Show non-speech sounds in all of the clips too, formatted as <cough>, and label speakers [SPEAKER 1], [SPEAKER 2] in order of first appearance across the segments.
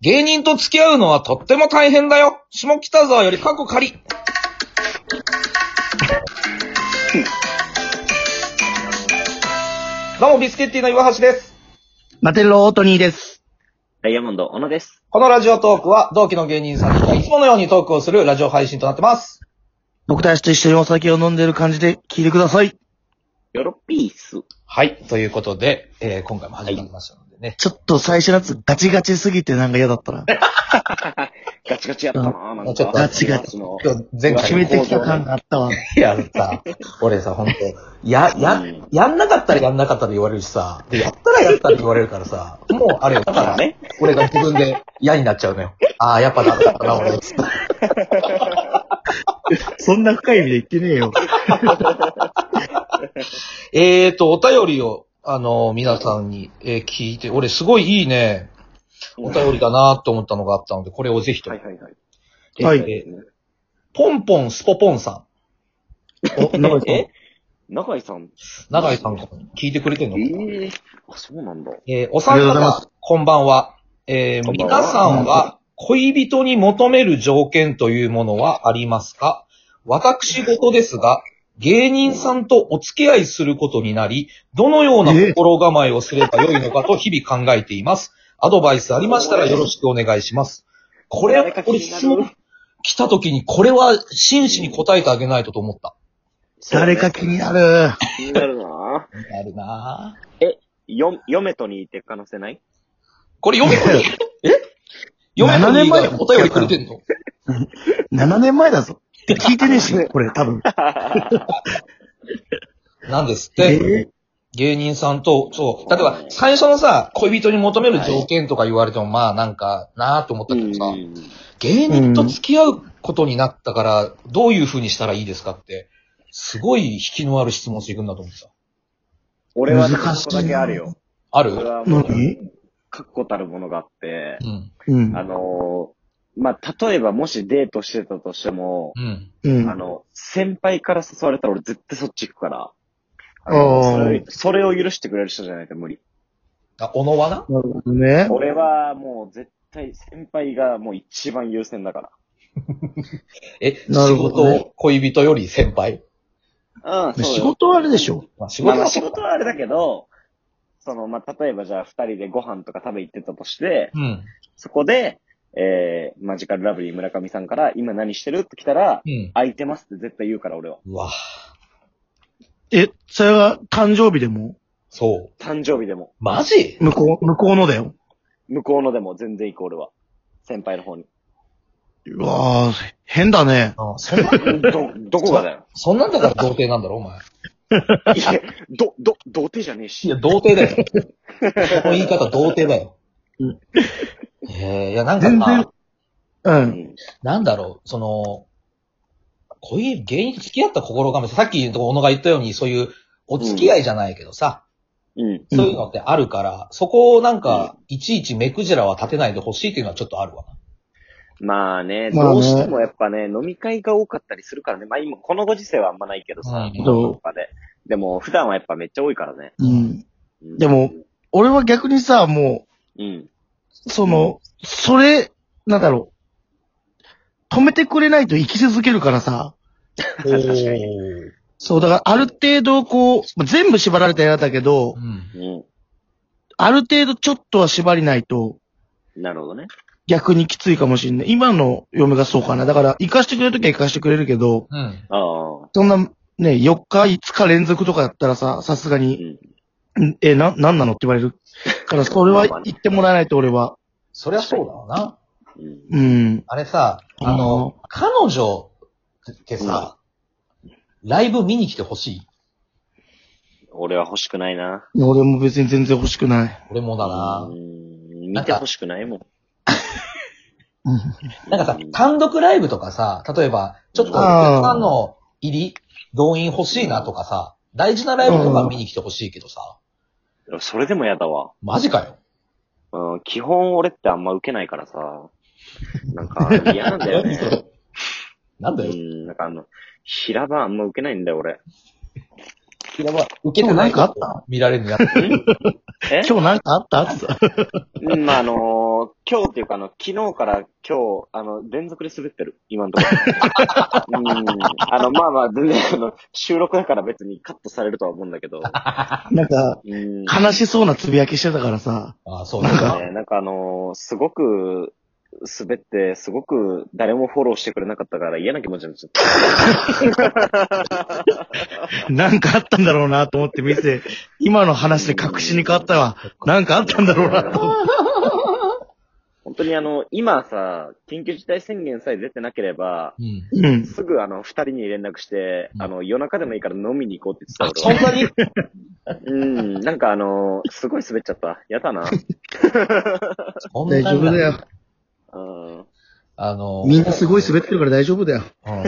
[SPEAKER 1] 芸人と付き合うのはとっても大変だよ。下北沢より過去仮。どうも、ビスケッティの岩橋です。
[SPEAKER 2] マテロ・オートニーです。
[SPEAKER 3] ダイヤモンド、小野です。
[SPEAKER 1] このラジオトークは、同期の芸人さんがいつものようにトークをするラジオ配信となってます。
[SPEAKER 2] 僕たちと一緒にお酒を飲んでる感じで聞いてください。
[SPEAKER 3] ヨロピース。
[SPEAKER 1] はい。ということで、えー今回も始まりましたのでね。
[SPEAKER 2] ちょっと最初のやつガチガチすぎてなんか嫌だったな。
[SPEAKER 3] ガチガチやったなぁ、なん
[SPEAKER 1] ちょ
[SPEAKER 3] か
[SPEAKER 1] っ。と
[SPEAKER 2] ガチガチ
[SPEAKER 3] の
[SPEAKER 1] 今日前
[SPEAKER 2] 決
[SPEAKER 1] 回
[SPEAKER 2] め
[SPEAKER 1] の
[SPEAKER 2] てきた感があったわ。
[SPEAKER 1] やった。俺さ、ほんと、や、や、やんなかったらやんなかったら言われるしさ、で、やったらやったら言われるからさ、もうあれよ、だから、
[SPEAKER 3] ね
[SPEAKER 1] 俺が自分で嫌になっちゃうのよ。ああ、やっぱダメだったな、俺。
[SPEAKER 2] そんな深い意味で言ってねえよ。
[SPEAKER 1] えーと、お便りを、あのー皆さんに、えー聞いて、俺すごいいいね、お便りだなと思ったのがあったので、これをぜひと。
[SPEAKER 3] はいはいはい。
[SPEAKER 1] えー
[SPEAKER 2] はい
[SPEAKER 1] えーポンポンスポポンさ
[SPEAKER 2] お、なんか
[SPEAKER 3] え長井さん。
[SPEAKER 1] ん。長井さん、聞いてくれてんの
[SPEAKER 3] ええあ、そうなんだ。
[SPEAKER 1] えーお三
[SPEAKER 2] ありがとうございま
[SPEAKER 1] 方、こんばんは。えー
[SPEAKER 3] こんばんは
[SPEAKER 1] 皆さんは恋人に求める条件というものはありますか私事ですが、芸人さんとお付き合いすることになり、どのような心構えをすればよいのかと日々考えています。アドバイスありましたらよろしくお願いします。これ、これ質問来た時に、これは真摯に答えてあげないとと思った。
[SPEAKER 2] 誰か気になる。
[SPEAKER 3] 気になるなぁ。
[SPEAKER 1] あるなぁ
[SPEAKER 3] よ、嫁とにいて可能性ない
[SPEAKER 1] これ読めるえ読め
[SPEAKER 2] 7
[SPEAKER 1] る
[SPEAKER 2] 年前の
[SPEAKER 1] お便りくれてんの
[SPEAKER 2] 7年前だぞ。聞いてねえし、これ多分。
[SPEAKER 1] なんですっ
[SPEAKER 2] え
[SPEAKER 1] て。
[SPEAKER 2] ー
[SPEAKER 1] 芸人さんと、そう、例えば、最初のさ、恋人に求める条件とか言われても、まあ、なんか、なーと思ったけどさ、
[SPEAKER 3] ん。
[SPEAKER 1] 芸人と付き合うことになったから、どういう風にしたらいいですかって、すごい引きのある質問していくんだと思ってさ。
[SPEAKER 3] 俺はね、
[SPEAKER 2] 難しい
[SPEAKER 3] そこだけあるよ。
[SPEAKER 1] ある
[SPEAKER 3] 俺
[SPEAKER 1] う
[SPEAKER 3] はもう、
[SPEAKER 2] 何
[SPEAKER 3] 確固たるものがあって、
[SPEAKER 1] ん。
[SPEAKER 2] うん
[SPEAKER 3] あ。のー、まあ、例えばもしデートしてたとしても、
[SPEAKER 1] うん。
[SPEAKER 2] うん
[SPEAKER 3] あ。の、先輩から誘われたら俺絶対そっち行くから。あ
[SPEAKER 2] お
[SPEAKER 3] の
[SPEAKER 2] ー
[SPEAKER 3] それそれを許してくれる人じゃないと無理。
[SPEAKER 1] あ、小野はな
[SPEAKER 2] なるほどね。
[SPEAKER 3] 俺はもう絶対先輩がもう一番優先だか
[SPEAKER 1] え、
[SPEAKER 2] な
[SPEAKER 1] 仕
[SPEAKER 2] るほどね
[SPEAKER 1] 事、恋人より先輩。
[SPEAKER 3] ら。うん、そうよ
[SPEAKER 2] 仕事はあれでしょ。
[SPEAKER 1] まあ、仕
[SPEAKER 3] まあ
[SPEAKER 1] 事
[SPEAKER 3] まあ
[SPEAKER 1] は
[SPEAKER 3] 仕事はあれだけど、その、まあ、例えばじゃあ二人でご飯とか食べ行ってたとして、
[SPEAKER 1] うん。
[SPEAKER 3] そこで、えー、マジカルラブリー村上さんから今何してるって来たら、
[SPEAKER 1] うん。
[SPEAKER 3] 空いてますって絶対言うから俺は。
[SPEAKER 1] うわ、
[SPEAKER 2] え、それは誕生日でも、
[SPEAKER 1] そう。
[SPEAKER 3] 誕生日でも、
[SPEAKER 1] マジ
[SPEAKER 2] 向こう、向こうのだよ。
[SPEAKER 3] 向こうのでも全然行く俺は。先輩の方に。
[SPEAKER 2] うわぁ、変だね。
[SPEAKER 1] あそんな、
[SPEAKER 3] ど、 <laughs> どこがだよ。
[SPEAKER 1] そんなんだから童貞なんだろ、お前。
[SPEAKER 3] いや、ど、ど、童貞じゃねえし
[SPEAKER 1] い。や、童貞だよ。この言い方、童貞だよ
[SPEAKER 2] うん。
[SPEAKER 1] えー、いや、なんか
[SPEAKER 2] 全
[SPEAKER 1] な
[SPEAKER 2] 然、、う。
[SPEAKER 3] うんん。
[SPEAKER 1] なんだろう、その、恋、芸人と付き合った心構え、さっき小野が言ったように、そういう、お付き合いじゃないけどさ、
[SPEAKER 2] う
[SPEAKER 3] うん。
[SPEAKER 2] ん
[SPEAKER 1] そういうのってあるから、そこをなんか、いちいち目くじらは立てないでほしいっていうのはちょっとあるわな。
[SPEAKER 3] まあね、
[SPEAKER 2] まあね
[SPEAKER 3] どうしてもやっぱね、飲み会が多かったりするからね。まあ今、このご時世はあんまないけど
[SPEAKER 1] う
[SPEAKER 3] さ
[SPEAKER 1] ん、
[SPEAKER 3] 日本とかで。でも、普段はやっぱめっちゃ多いからね。
[SPEAKER 2] うん。
[SPEAKER 3] うん
[SPEAKER 2] でも、俺は逆にさ、もう、
[SPEAKER 3] うん。
[SPEAKER 2] その、それ、なんだろう。止めてくれないと生き続けるからさ。
[SPEAKER 1] お
[SPEAKER 3] <laughs> 確かに
[SPEAKER 2] そう、だからある程度こう、まあ全部縛られたやだけど
[SPEAKER 1] う、ん。
[SPEAKER 3] う
[SPEAKER 2] ある程度ちょっとは縛りないと
[SPEAKER 3] ん。なるほどね。
[SPEAKER 2] 逆にきついかもしんない。今の嫁がそうかな。だから、生かしてくれるときは生かしてくれるけど、
[SPEAKER 1] うん。
[SPEAKER 3] ああ。
[SPEAKER 2] そんな、ね、4日、5日連続とかだったらさ、さすが
[SPEAKER 3] う
[SPEAKER 2] に、
[SPEAKER 3] ん。
[SPEAKER 2] んえ、な、なんなのって言われる。から、それは言ってもらえないと俺は。
[SPEAKER 1] そりゃそうだわな。
[SPEAKER 3] うん。
[SPEAKER 2] うん。
[SPEAKER 1] あれさ、あの、彼女ってさ、ライブ見に来てほしい。
[SPEAKER 3] 俺は欲しくないな。
[SPEAKER 2] 俺も別に全然欲しくない。
[SPEAKER 1] 俺もだな
[SPEAKER 3] う。ん。見て欲しくないもん。
[SPEAKER 2] うん。
[SPEAKER 1] なんかさ
[SPEAKER 3] う、
[SPEAKER 1] 単独ライブとかさ、例えば、ちょっとお客さんの入り、動員欲しいなとかさ、大事なライブとか見に来てほしいけどさ、
[SPEAKER 3] それでもやだわ。
[SPEAKER 1] マジかよ。
[SPEAKER 3] うん。基本俺ってあんま受けないからさ。なんか、嫌なんだよ
[SPEAKER 1] <laughs>
[SPEAKER 3] ね。
[SPEAKER 1] なん
[SPEAKER 3] う
[SPEAKER 1] だよ。
[SPEAKER 2] <laughs>
[SPEAKER 3] ん。なんかあの、平場あんま受けないんだよ俺。やばい。
[SPEAKER 1] 受けてない
[SPEAKER 2] 今日なんかあ
[SPEAKER 1] 見られるやつ。
[SPEAKER 3] え
[SPEAKER 2] 今日なんかあったあった。
[SPEAKER 3] うん、まあ、あのー今日っていうか、あの、昨日から今日、あの、連続で滑ってる、今のとこ
[SPEAKER 2] <laughs>
[SPEAKER 3] ろ。うん。あの、まあまあ、全然、あの、収録だから別にカットされるとは思うんだけど。
[SPEAKER 2] なんか、
[SPEAKER 3] うん。
[SPEAKER 2] 悲しそうなつぶやきしてたからさ。
[SPEAKER 1] ああ、そう
[SPEAKER 2] な
[SPEAKER 1] で
[SPEAKER 2] ん
[SPEAKER 1] す
[SPEAKER 2] か
[SPEAKER 1] か。
[SPEAKER 3] ね、なんかあのーすごく、滑って、すごく誰もフォローしてくれなかったから嫌な気持ちになっちゃった。
[SPEAKER 2] なんかあったんだろうなと思って見て、今の話で確信に変わったわ。なんかあったんだろうなと思って。
[SPEAKER 3] 本当にあの、今さ、緊急事態宣言さえ出てなければ、
[SPEAKER 1] うん。
[SPEAKER 2] うん。
[SPEAKER 3] すぐあの、二人に連絡して、あの、夜中でもいいから飲みに行こうって言
[SPEAKER 1] あ
[SPEAKER 3] ってた
[SPEAKER 1] そんなに
[SPEAKER 3] 俺はうん、なんかあの、すごい滑っちゃった。やだな。
[SPEAKER 1] そんな
[SPEAKER 2] 大
[SPEAKER 1] に
[SPEAKER 2] 丈夫だよ。
[SPEAKER 3] うん。
[SPEAKER 1] あの、
[SPEAKER 2] みんなすごい滑ってるから大丈夫だよ。
[SPEAKER 1] うん。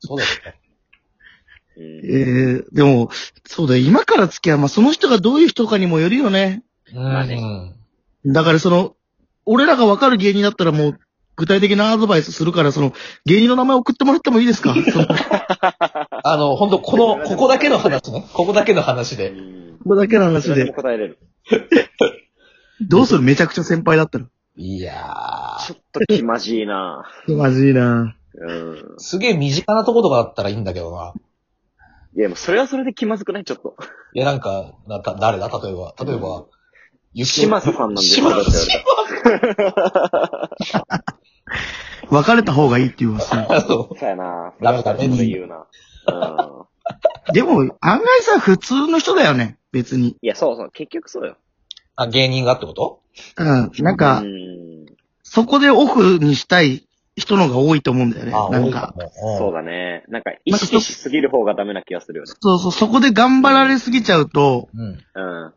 [SPEAKER 1] そうですね。
[SPEAKER 3] うん
[SPEAKER 2] ええでも、そうだよ。今から付き合う。まあ、その人がどういう人かにもよるよね。
[SPEAKER 1] うん。
[SPEAKER 3] ね
[SPEAKER 2] だからその、俺らがわかる芸人だったらもう、具体的なアドバイスするから、その、芸人の名前送ってもらってもいいですかその、こ
[SPEAKER 1] あの、本当この、ここだけの話ね。ここだけの話
[SPEAKER 3] う
[SPEAKER 1] で。
[SPEAKER 3] ん
[SPEAKER 2] こだけの話
[SPEAKER 3] それでも
[SPEAKER 2] で。
[SPEAKER 3] 答えれる。
[SPEAKER 2] どうするめちゃくちゃ先輩だったら。
[SPEAKER 1] いや
[SPEAKER 3] ちょっと気まじいな。
[SPEAKER 2] まずいな
[SPEAKER 3] うん
[SPEAKER 1] ー。。すげえ身近なとことかだったらいいんだけどな。
[SPEAKER 3] いや、もうそれはそれで気まずくないちょっと。
[SPEAKER 1] いや、なんか、なた誰だ例えば、例えば、ゆ
[SPEAKER 3] 島佐さんなんですよ。
[SPEAKER 1] 島佐さ
[SPEAKER 2] 別れた方がいいって言うわ、さ。
[SPEAKER 1] <laughs> あの
[SPEAKER 3] そうやな。
[SPEAKER 1] ダメだね
[SPEAKER 3] それ言うな。うん。
[SPEAKER 2] でも、案外さ、普通の人だよね。別に。
[SPEAKER 3] いや、そうそう。結局そうよ。
[SPEAKER 1] あ、芸人がってこと
[SPEAKER 2] うん。なんか
[SPEAKER 3] う、ん。
[SPEAKER 2] そこでオフにしたい人のが多いと思うんだよね。
[SPEAKER 1] あ、
[SPEAKER 2] なん
[SPEAKER 1] 多いか
[SPEAKER 2] か。
[SPEAKER 1] も。
[SPEAKER 3] そうだね。なんか、意識しすぎる方がダメな気がするよね。
[SPEAKER 2] そうそう、そこで頑張られすぎちゃうと、
[SPEAKER 1] うん。うん。
[SPEAKER 3] うん。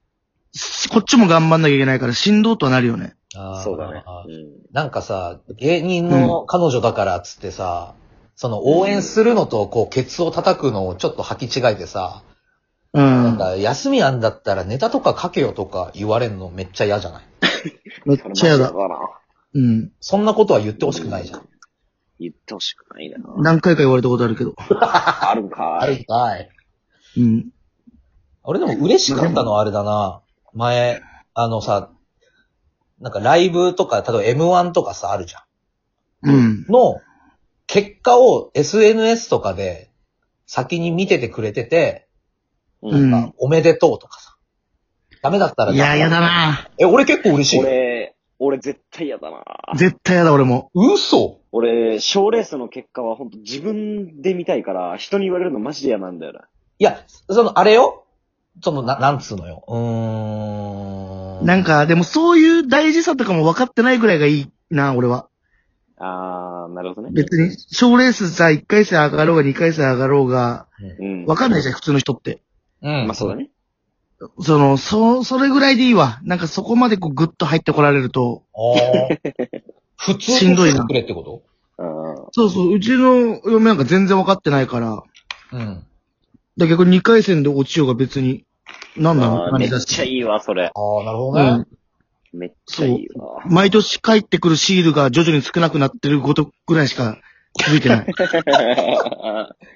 [SPEAKER 2] しこっちも頑張んなきゃいけないから、しんどうとはなるよね。
[SPEAKER 1] あー
[SPEAKER 3] そうだね。
[SPEAKER 1] なんかさ、芸人の彼女だからっつってさ、その応援するのと、こう、ケツを叩くのをちょっと履き違えてさ、
[SPEAKER 2] う
[SPEAKER 1] なん
[SPEAKER 2] ん。
[SPEAKER 1] か、休みあんだったらネタとか書けよとか言われんのめっちゃ嫌じゃない
[SPEAKER 2] め
[SPEAKER 3] うん。
[SPEAKER 2] っちゃやだ。
[SPEAKER 3] それマジな
[SPEAKER 2] うん。
[SPEAKER 1] そんなことは言ってほしくないじゃん。
[SPEAKER 3] 言ってほしくないな。
[SPEAKER 2] 何回か言われたことあるけど。
[SPEAKER 3] あるんか。
[SPEAKER 1] あるんかい。
[SPEAKER 2] うん。
[SPEAKER 1] 俺でも嬉しかったのはあれだな。前、あのさ、なんかライブとか、例えば M1 とかさ、あるじゃ
[SPEAKER 2] うん。
[SPEAKER 1] ん。の、結果を SNS とかで先に見ててくれてて、
[SPEAKER 3] う
[SPEAKER 2] うん
[SPEAKER 3] ん。
[SPEAKER 1] まあおめでとうとかさ。ダメだったら
[SPEAKER 2] い
[SPEAKER 1] ダ
[SPEAKER 2] や、
[SPEAKER 1] メ
[SPEAKER 2] やだ。な
[SPEAKER 1] え、俺結構嬉しいよ。
[SPEAKER 3] 俺、俺絶対嫌だな。
[SPEAKER 2] 絶対やだ、俺も。
[SPEAKER 1] 嘘
[SPEAKER 3] 俺、賞レースの結果は本当自分で見たいから、人に言われるのマジで嫌なんだよな。
[SPEAKER 1] いや、その、あれよその、な、なんつうのよ。うーん。
[SPEAKER 2] なんか、でもそういう大事さとかも分かってないぐらいがいいな、俺は。
[SPEAKER 3] あー、なるほどね。
[SPEAKER 2] 別に、賞レースさ、1回戦上がろうが2回戦上がろうが、
[SPEAKER 3] うん。
[SPEAKER 2] 分かんないじゃん、普通の人って。
[SPEAKER 1] うん。
[SPEAKER 3] まあそうだね。
[SPEAKER 2] その、そ、それぐらいでいいわ。なんかそこまでこうグッと入ってこられると。
[SPEAKER 1] あー
[SPEAKER 2] <laughs>
[SPEAKER 1] 普通に
[SPEAKER 2] しんどいな
[SPEAKER 1] 作れってこ
[SPEAKER 3] うん。
[SPEAKER 2] そうそう、うちの嫁なんか全然分かってないから。
[SPEAKER 1] とうん。
[SPEAKER 2] だ逆に2回戦で落ちようが別に、なんな
[SPEAKER 3] あー
[SPEAKER 2] の何
[SPEAKER 3] めっ
[SPEAKER 2] だ
[SPEAKER 3] ちゃ
[SPEAKER 2] し。
[SPEAKER 3] いいわ、それ。
[SPEAKER 1] ああ、なるほ
[SPEAKER 2] う
[SPEAKER 1] どね。
[SPEAKER 2] ん。
[SPEAKER 3] めっちゃいいわ。
[SPEAKER 2] 毎年帰ってくるシールが徐々に少なくなってることぐらいしか気づいて
[SPEAKER 3] <laughs>
[SPEAKER 2] ない。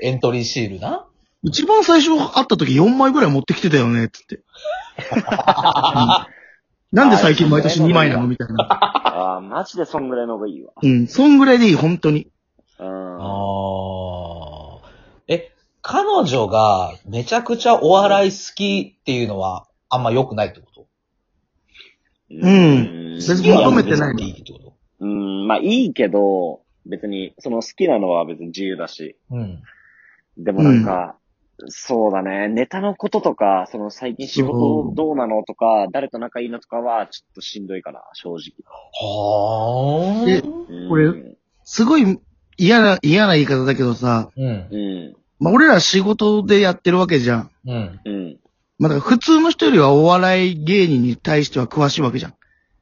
[SPEAKER 1] エントリーシールな。
[SPEAKER 2] 一番最初会った時4枚ぐらい持ってきてたよね、つって。うんなんで最近毎年2枚なのみたいな。
[SPEAKER 3] <laughs> あー、マジでそんぐらいの方がいいわ。
[SPEAKER 2] うん、そんぐらいでいい、本当に。
[SPEAKER 3] うん。
[SPEAKER 1] ああ。え、彼女がめちゃくちゃお笑い好きっていうのはあんま良くないってこと
[SPEAKER 2] うん別に求めてない
[SPEAKER 1] いいってこと
[SPEAKER 3] うん、まあいいけど、別に、その好きなのは別に自由だし。
[SPEAKER 1] うん。
[SPEAKER 3] でもなんか、そうだね、ネタのこととか、その最近仕事どうなのとか、誰と仲いいのとかは、ちょっとしんどいかな、正直。
[SPEAKER 1] はあ。
[SPEAKER 2] え
[SPEAKER 3] うん
[SPEAKER 2] これ
[SPEAKER 3] うん。
[SPEAKER 2] すごい嫌な、嫌な言い方だけどさ、
[SPEAKER 1] うん。
[SPEAKER 3] う
[SPEAKER 2] まあ、俺ら仕事でやってるわけじゃん。
[SPEAKER 1] うん。
[SPEAKER 3] ん。
[SPEAKER 2] まあ、だから普通の人よりはお笑い芸人に対しては詳しいわけじゃん。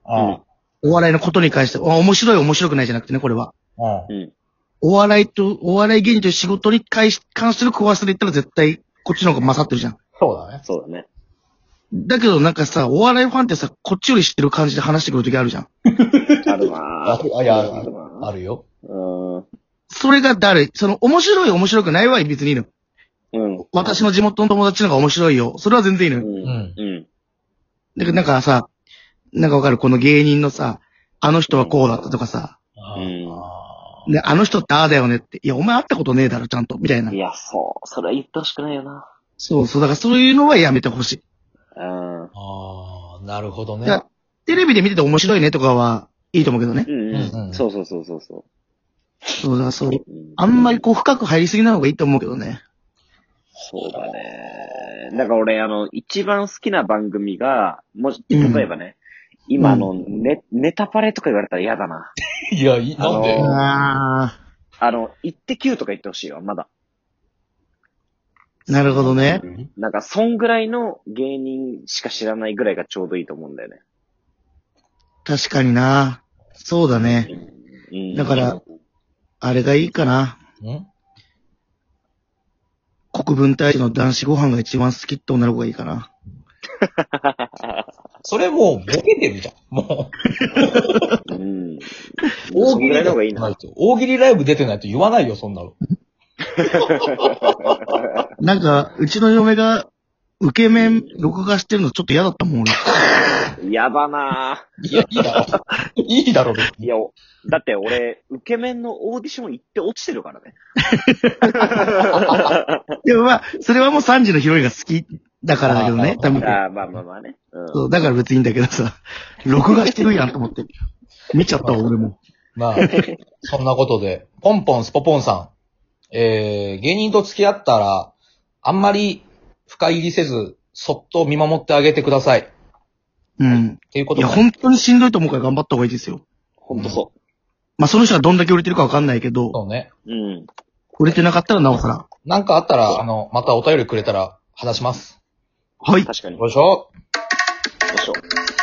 [SPEAKER 1] ああ。
[SPEAKER 2] お笑いのことに関して、あ面白い面白くないじゃなくてね、これは。
[SPEAKER 1] うん。
[SPEAKER 3] うん。
[SPEAKER 2] お笑いと、お笑い芸人という仕事に関し関する詳しさで言ったら絶対、こっちの方が勝ってるじゃん。
[SPEAKER 1] そうだね。
[SPEAKER 3] そうだね。
[SPEAKER 2] だけどなんかさ、お笑いファンってさ、こっちより知ってる感じで話してくるときあるじゃん。
[SPEAKER 3] ある
[SPEAKER 1] あ
[SPEAKER 3] な
[SPEAKER 1] あいや、あるある。
[SPEAKER 3] な
[SPEAKER 1] あるよ。
[SPEAKER 3] うん。
[SPEAKER 2] それが誰その、面白い面白くないは別にいいの。
[SPEAKER 3] うん。
[SPEAKER 2] 私の地元の友達の方が面白いよ。それは全然いいの
[SPEAKER 3] う
[SPEAKER 2] よ。
[SPEAKER 3] ん。うん。
[SPEAKER 2] だけどなんかさ、なんかわかるこの芸人のさ、あの人はこうだったとかさ、
[SPEAKER 3] うん。
[SPEAKER 1] あー
[SPEAKER 2] で、あの人ってああだよねって、いや、お前会ったことねえだろ、ちゃんと、みたいない
[SPEAKER 3] や、そう。それは言ってほしくないよな。
[SPEAKER 2] そうそう、だからそういうのはやめてほしい。
[SPEAKER 3] うん。うん
[SPEAKER 1] あー、なるほどね。
[SPEAKER 2] いやテレビで見てて面白いねとかはいいと思うけどね。
[SPEAKER 1] うんう
[SPEAKER 3] うんん。そうそうそうそうそ
[SPEAKER 2] そうだ、そう。
[SPEAKER 3] う。うん
[SPEAKER 2] あんまりこう深く入りすぎない方がいいと思うけどね。
[SPEAKER 3] そうだね。だから俺、あの、一番好きな番組が、もし、例えばね、今、あの、ネ、ネタパレとか言われたら嫌だな。
[SPEAKER 1] いや、いなん
[SPEAKER 3] あ
[SPEAKER 1] で
[SPEAKER 3] のー
[SPEAKER 2] あ
[SPEAKER 3] あの、イッテ Q とか言ってほしいわ、まだ。
[SPEAKER 2] あ、なるほどね。
[SPEAKER 3] なんか、そんぐらいの芸人しか知らないぐらいがちょうどいいと思うんだよね。
[SPEAKER 2] 確かにな。そうだね。
[SPEAKER 3] うん
[SPEAKER 2] だから、あれがいいかな。
[SPEAKER 1] ん
[SPEAKER 2] 国分太一の男子ご飯が一番好きって女の子がいいかな。
[SPEAKER 1] それもうボケてるじゃん。も
[SPEAKER 3] うん。
[SPEAKER 1] う、
[SPEAKER 3] そんぐらいの方がいいな。 <laughs>
[SPEAKER 1] 大喜利ライブ出てないと言わないよ、そんなの。
[SPEAKER 2] なんか、うちの嫁が、受け面、録画してるのちょっと嫌だったもん、俺。
[SPEAKER 3] やだない
[SPEAKER 1] や、いいだろ。いいだろ、別
[SPEAKER 3] ぁ。
[SPEAKER 1] に
[SPEAKER 3] いや、おだって俺、受け面のオーディション行って落ちてるからね。
[SPEAKER 2] でもまあ、それはもう3時のヒロインが好きだからだけど
[SPEAKER 1] あ
[SPEAKER 2] ね
[SPEAKER 1] ー、
[SPEAKER 2] 多分。
[SPEAKER 3] ああ、まあまあまあね。うん。
[SPEAKER 2] そう、だから別にいいんだけどさ、録画してるやんと思って。見ちゃったわ、俺も。
[SPEAKER 1] まあ、そんなことで、ポンポンスポポンさん、えー、芸人と付き合ったら、あんまり深入りせず、そっと見守ってあげてください。っ
[SPEAKER 2] うん。
[SPEAKER 1] ていうこ
[SPEAKER 2] い
[SPEAKER 1] と
[SPEAKER 2] や、
[SPEAKER 1] かな
[SPEAKER 2] 本当にしんどいと思うから頑張った方がいいですよ。
[SPEAKER 3] ほんとそ
[SPEAKER 2] まあ、その人がどんだけ売れてるかわかんないけど、
[SPEAKER 1] そうね。
[SPEAKER 3] う。うん。
[SPEAKER 2] 売れてなかったらなおさら。
[SPEAKER 1] なんかあったら、あの、またお便りくれたら話します。
[SPEAKER 2] はい。
[SPEAKER 3] 確かに。よ
[SPEAKER 1] よいしょ。
[SPEAKER 3] いしょ。